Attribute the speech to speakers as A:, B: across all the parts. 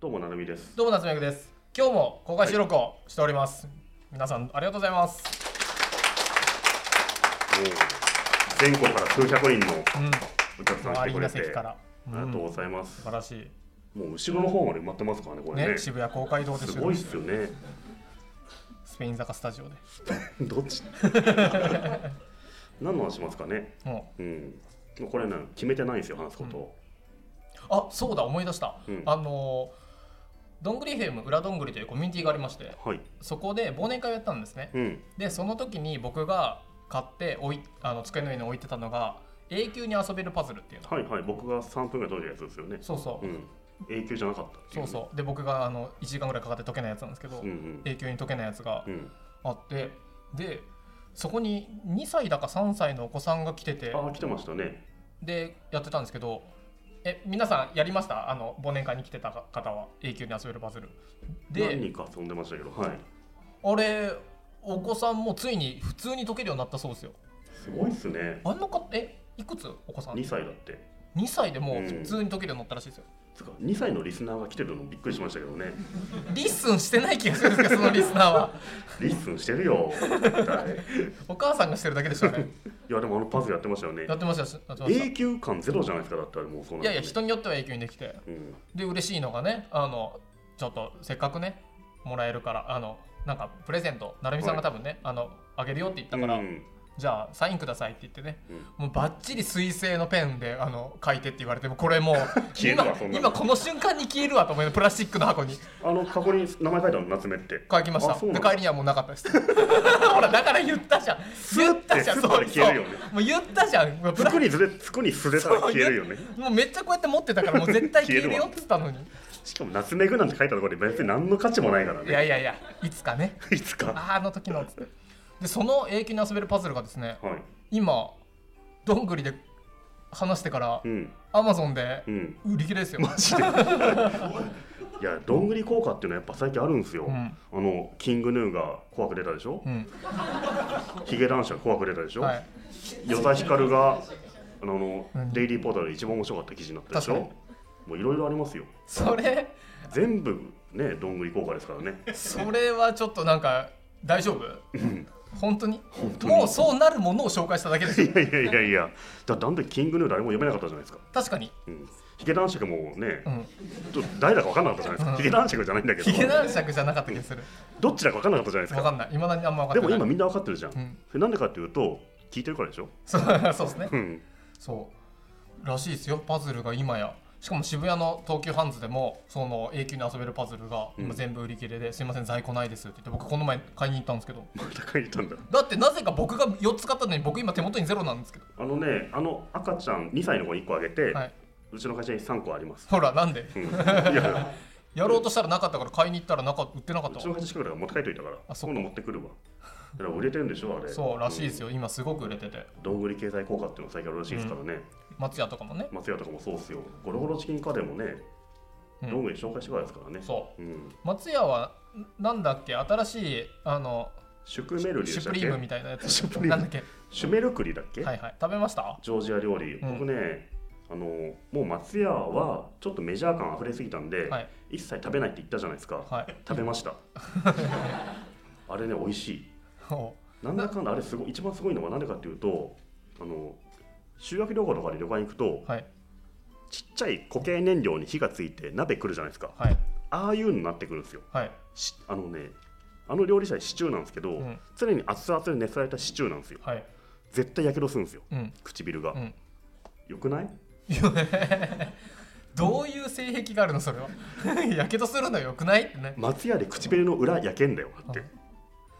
A: どうもななみです。
B: どうも夏目です。今日も公開収録をしております。皆さんありがとうございます。
A: もう全国から数百人の
B: うん、
A: お客さん来て
B: 周り
A: く
B: の
A: れて、
B: 席か
A: あ
B: ら。うん
A: りがとうご
B: 素
A: ざいます
B: 晴。らし
A: もう後ろの方まで埋まってますからね、こ
B: い。
A: れね。
B: ね、渋谷公会堂ですす
A: ごいっすよね。
B: スペイン坂スタジオで。
A: どっち 何の話しますかね。
B: も
A: うん。もうこれね、決めてないんですよ、話すことを。
B: うあ、そうだ、思い出した。
A: うん
B: あのー、どんぐりフェム裏どんぐりというコミュニティがありまして、
A: はい。
B: そこで忘年会をやったんですね。
A: うん。
B: で、その時に僕が買っておいあの机の上に置いてたのが、永久に遊べるパズルっていうの。
A: はいはい。僕が3分ぐらい解いたやつですよね。
B: そうそう
A: う。ん。永久じゃなかったってい
B: そうそう。で、僕があの1時間ぐらいかかって解けないやつなんですけど、
A: うんうん。
B: 永久に解けないやつが
A: うん、
B: あってでそこに2歳だか3歳のお子さんが来てて
A: ああ、来てましたね。
B: でやってたんですけどえ皆さんやりましたあの忘年会に来てた方は永久に遊べるパズル
A: 何
B: で
A: 人か遊んでましたけど、はい。
B: あれお子さんもついに普通に解けるようになったそうですよ
A: すごいっすね。
B: あの方えいくつお子さん
A: 2歳だって。
B: 2歳でもううん普通に解けるようになったらしいですよ、
A: つうか2歳のリスナーが来てるのびっくりしましたけどね
B: リッスンしてない気がするんですけどそのリスナーは
A: リッスンしてるよ 絶対
B: お母さんがしてるだけでしょあれ
A: いやでもあのパズルやってましたよね
B: やってましたやってました
A: 永久感ゼロじゃないですかだったらもうそうなん
B: いやいや人によっては永久にできて
A: うん
B: で嬉しいのがねあのちょっとせっかくねもらえるからあのなんかプレゼント成美さんが多分ね、あのあげるよって言ったから、
A: うん
B: じゃあサインくださいって言ってね、
A: う
B: もうバッチリ水性のペンであの書いてって言われてもこれもう
A: 消える
B: 今
A: わそんなの
B: 今この瞬間に消えるわと思いながらプラスチックの箱に
A: あの過去に名前書いたの夏目って
B: 書きました
A: あそうな
B: で
A: んだ
B: 帰りにはもうなかったです ほらだから言ったじゃん言ったじゃん
A: ス
B: そ
A: ッ
B: う
A: と
B: そう
A: で消えるよね
B: もう言ったじゃんもうプ
A: つ
B: ラ
A: くにずれつくにすれたら消えるよね
B: もうめっちゃこうやって持ってたからもう絶対消える よ
A: 消えるわ
B: って言ったのに
A: しかも夏目ぐなんて書いたところで別に何の価値もないから
B: いや
A: ね
B: いやいやいつかね
A: いつか
B: あーあの時のっつってでその永久に遊べるパズルがですね
A: はい
B: 今どんぐりで話してから
A: うん
B: アマゾンで
A: うん
B: 売り切れですよ、
A: マジでいやどんぐり効果っていうのはやっぱ最近あるんですよ、
B: うん
A: あのキングヌーが紅白出たでしょ、
B: うん
A: ヒゲ男子が紅白出たでしょ、
B: はい、
A: 与田ヒカルがあの
B: 何
A: デイリーポータルで一番面白かった記事になったでしょ
B: 確
A: もういろいろありますよ
B: それ
A: 全部ねどんぐり効果ですからね
B: それはちょっとなんか大丈夫本当に
A: 当に
B: もうそうなるものを紹介しただけですよ
A: いやいやいやいやだなんでキングヌー誰も読めなかったじゃないですか、
B: 確かに、
A: うん、ヒゲ男爵もね
B: う、ん、
A: ど誰だか分かんなかったじゃないですか、
B: うん
A: ヒゲ男爵じゃないんだけど
B: ヒゲ男爵じゃなかった気がする
A: どっちだか分かんなかったじゃないです
B: 分
A: か
B: かんないいまだにあんま分
A: で
B: かっ
A: も
B: てない
A: 今みんな分かってるじゃん、
B: うん
A: それなんでかっていうと聞いてるからでしょ、
B: そうそう ですね
A: うん、
B: そうらしいですよパズルが今やしかも渋谷の東急ハンズでもその永久に遊べるパズルが
A: うん
B: 今全部売り切れで、すいません在庫ないですって言って僕この前買いに行ったんですけど
A: また書いたんだ
B: だってなぜか僕が4つ買ったのに僕今手元にゼロなんですけど、
A: あ のねあの赤ちゃん2歳の子に1個あげて、
B: はいう
A: ちの会社に3個あります、
B: ほらなんで
A: うん、いや
B: やろうとしたらなかったから買いに行ったらなか売ってなかっ
A: う
B: た
A: ちの
B: わ
A: 8近くだから持って帰っといたから
B: あそっか
A: 今度持ってくるわだから売れてるんでしょあれ
B: そうらしいです
A: よ、
B: よ今すごく売れてて
A: うんどんぐり経済効果っていうのが最近あるらしいですからね、
B: 松屋とかもね、
A: 松屋とかもそうっすよゴロゴロチキンカレーもね、
B: うん
A: どんぐり紹介してからですからね、
B: そう
A: ん、
B: 松屋はんなんだっけ新しいあの
A: シュクメルリで
B: シ
A: した
B: ュ
A: っ
B: プ
A: け
B: リームみたいなやつ
A: シュプリーム
B: なんだっけ
A: シュメルクリだっけ、
B: はいはい食べました
A: ジョージア料理、
B: うん
A: 僕ねあのもう松屋はちょっとメジャー感溢れすぎたんで、
B: はい
A: 一切食べないって言ったじゃないですか、
B: はい
A: 食べました あれね美味しい
B: お
A: なんだかんだあれすごい一番すごいのは何でかっていうとあの修学旅行とかで旅館行くと、
B: はい
A: ちっちゃい固形燃料に火がついて鍋来るじゃないですか
B: はい
A: ああいうのになってくるんですよ
B: はい
A: しあのねあの料理者はシチューなんですけど、
B: うん
A: 常に熱々で熱されたシチューなんですよ
B: はい
A: 絶対やけどするんですよ
B: うん
A: 唇が、
B: うん
A: よくない
B: どういう性癖があるのそれは やけどするのよくないってね
A: 松屋で唇の裏焼けんだよって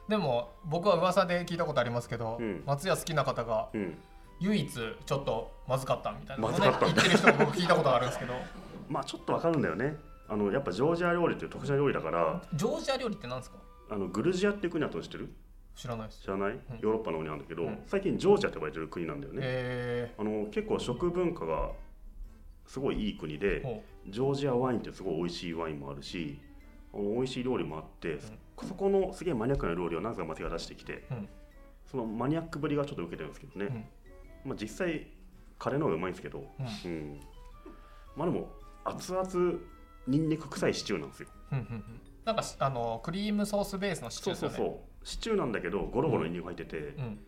B: でも僕は噂で聞いたことありますけど、
A: うん
B: 松屋好きな方が
A: うん
B: 唯一ちょっとまずかったみたいな
A: まずかった
B: 言ってる人も僕聞いたことがあるんですけど
A: まあちょっとわかるんだよねあのやっぱジョージア料理っていう特殊な料理だから
B: ジョージア料理って何ですか
A: あのグルジアっていう国あったの知ってる
B: 知らないです
A: 知らないヨーロッパの方にあるんだけど、
B: うん
A: 最近ジョージアって呼ばれてる国なんだよね、
B: え
A: あの結構食文化がすごいいい国で、
B: ー、ほ
A: ジョージアワインってすごい美味しいワインもあるしあの美味しい料理もあって、そそこのすげえマニアックな料理をなぜか松が出してきて、
B: うん
A: そのマニアックぶりがちょっと受けてるんですけどね、まあ、実際カレーの方がうまいんですけど、うんまあでも熱々ニンニク臭いシチューなんですよ
B: うんうんうんなんかしあのクリームソースベースのシチ
A: そ
B: ュ
A: う
B: ーです
A: そう
B: よね
A: そうシチューなんだけどゴロゴロニンニク入ってて、
B: うん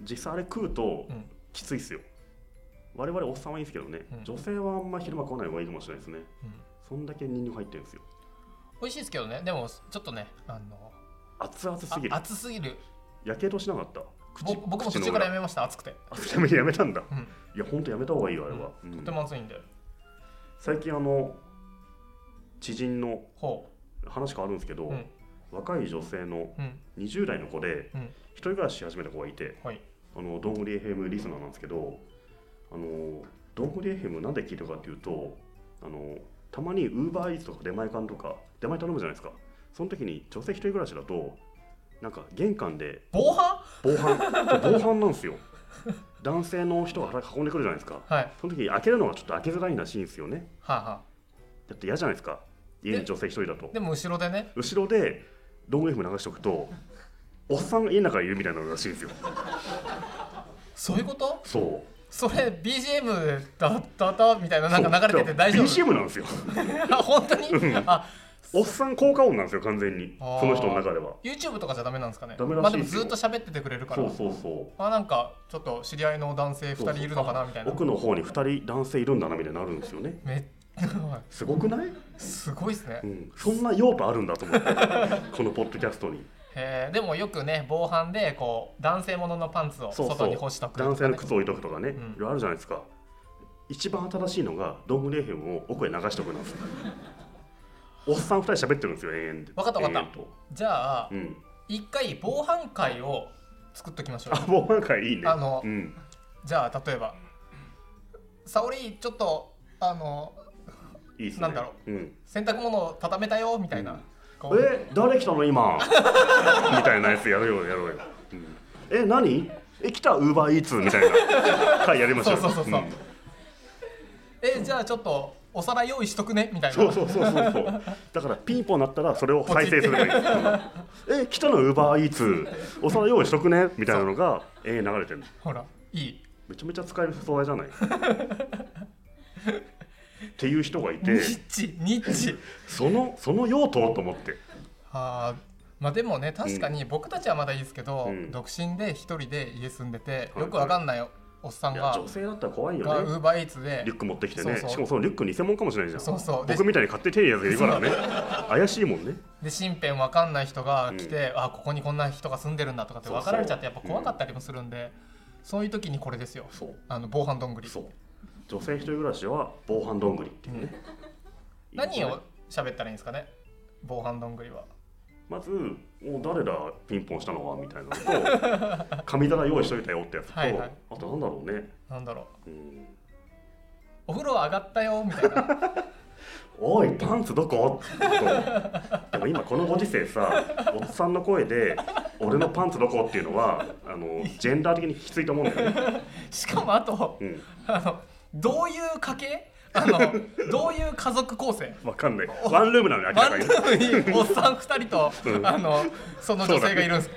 A: 実際あれ食うと
B: うん
A: きついっすよ我々おっさんはいいんですけどね、
B: うん
A: 女性はあんま昼間食わない方がいいかもしれないですね
B: うん
A: そんだけニンニク入ってるんですよ
B: 美味しいですけどねでもちょっとねあの
A: 熱々す
B: あ
A: ぎる
B: 熱すぎる
A: やけどしなかった
B: ぼ僕も途中からや
A: め
B: めました熱くて、
A: やめやめたんだ
B: うん、
A: いやほんとやめた方がいいよあれは、うん
B: とても熱いんで
A: 最近あの知人の
B: ほ
A: 話変わるんですけど、
B: うん
A: 若い女性の
B: ううん
A: 20代の子で
B: うん
A: 一人暮らしし始めた子がいて
B: はい
A: あのどんぐり FM リスナーなんですけどあのどんぐり FM なんで聞いたかっていうとあのたまにウーバーイーツとか出前館とか出前頼むじゃないですかその時に女性一人暮らしだとなんか玄関で
B: 防犯
A: 防犯 防犯なんですよ男性の人が運んでくるじゃないですか
B: はいは
A: その時に開けるのがちょっと開けづらいらしいんですよね
B: あ、は
A: だって嫌じゃないですか家に女性一人だと
B: あ、でも後ろでね
A: 後ろでドングリ FM 流しておくとおっさんが家の中にいるみたいなのらしいんですよ
B: そういうこと
A: そう
B: それ BGM だだだみたいななんか流れてて大丈
A: そう
B: 夫
A: BGM なんですよ
B: あ 本当にあ
A: おっさん効果音なんですよ完全に
B: あー
A: その人の中では
B: YouTube とかじゃダメなんですかね
A: ダメらしい
B: まあでも
A: ですよ
B: ずっと喋っててくれるから
A: そうそうそ
B: あなんかちょっと知り合いの男性2人いるのかなみたいうな
A: 奥の方に2人男性いるんだなみたいになるんですよね
B: めっ
A: すごくない、
B: すごいですね
A: うん、そんな用途あるんだと 思ってこのポッドキャストに
B: へーでもよくね防犯でこう男性もののパンツを
A: そうそう
B: 外に干しとくとかね、
A: 男性の靴置いとくとかね、
B: ん
A: いろいろあるじゃないですか一番新しいのがドングレーヘムを奥へ流しておくなんで すよおっさん2人喋ってるんですよ永遠で
B: わかったわかったじゃあ
A: うん、
B: 一回防犯会を作っときましょう
A: あもうなんかいいね
B: あの
A: うん、
B: じゃあ例えば沙織ちょっとあの
A: いいっすね
B: なんだろ
A: う、うん、
B: 洗濯物を畳めたよみたいな、
A: うん
B: こう
A: え誰来たの今 みたいなやつやるよやろうよ、うんえ何え来たウーバーイーツみたいな回やりましょう
B: そうそうそうそうんえじゃあちょっとお皿用意しとくねみたいな
A: そうそうそうそうそうだからピンポン鳴ったらそれを再生すればいいです、うんえ来たのウーバーイーツお皿用意しとくねみたいなのがえ流れてる
B: ほらいい
A: めちゃめちゃ使える素材じゃないっていう人がい
B: ニ
A: て
B: ッチニッ チ
A: そのその用途と思って
B: あーまあでもね確かに僕たちはまだいいですけど、
A: うん
B: 独身で一人で家住んでて、
A: はい
B: よくわかんないおっさん
A: いや
B: が
A: 女性だったら怖い
B: が
A: よ
B: ウ
A: ね
B: ーバーイーツで
A: リュック持ってきてね
B: そうそう
A: しかもそのリュック偽物かもしれないじゃん
B: そうそうで
A: 僕みたいに勝手に手に入れるやつがいるからね怪しいもんね
B: で身辺わかんない人が来て、あここにこんな人が住んでるんだとかって分かられちゃって
A: そ
B: や
A: う
B: っ
A: そう
B: ぱ怖かったりもするんで、そういう時にこれですよ
A: そう
B: あの防犯どんぐり
A: そう女性一人暮らしは防犯どんぐりっていうね、
B: 何を喋ったらいいんですかね防犯どんぐりは
A: まず「お誰だピンポンしたのは」みたいな のと紙皿用意しといたよってやつと
B: はいはい
A: あとなんだろうね、
B: なんだろう
A: うん
B: お風呂上がったよみたい な
A: おいパンツどこ?」でも今このご時世さおっさんの声で「俺のパンツどこ?」っていうのはあのジェンダー的にきついと思うんだよね、
B: しかもあと
A: うん、
B: あのどういう家系あのどういう家族構成
A: わかんないワンルームなのに明ら
B: ワ
A: か
B: ンル
A: に
B: ームにおっさん2人と、あのその女性がいるんです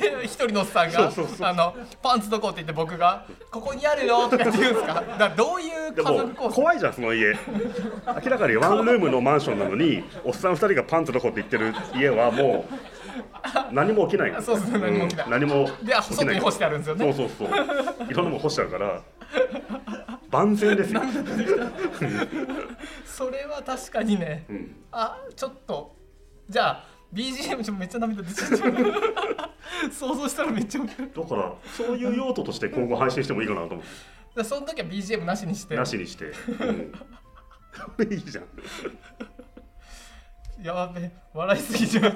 B: で1人のおっさんが
A: そうそうそう
B: あのパンツどこ?」って言って僕が「ここにあるよ」とかって言うんですかだからどういう
A: で
B: 家
A: も
B: 族構成
A: 怖いじゃんその家明らかにワンルームのマンションなのにおっさん2人がパンツどこって言ってる家はもう何も起きないから
B: そうそう何も起きない
A: うん何も
B: であ外に干してあるんですよね
A: そうそうそういろんなもん干しちゃうから万全ですよ、
B: それは確かにね
A: うん、
B: あちょっとじゃあ BGM ちょめっちゃ涙出てきちゃう想像したらめっちゃ面白いだか
A: だからそういう用途として今後配信してもいいかなと思っ
B: らその時は BGM なしにして
A: てなしにして、うん いいじゃん
B: やべ笑いすぎちゃう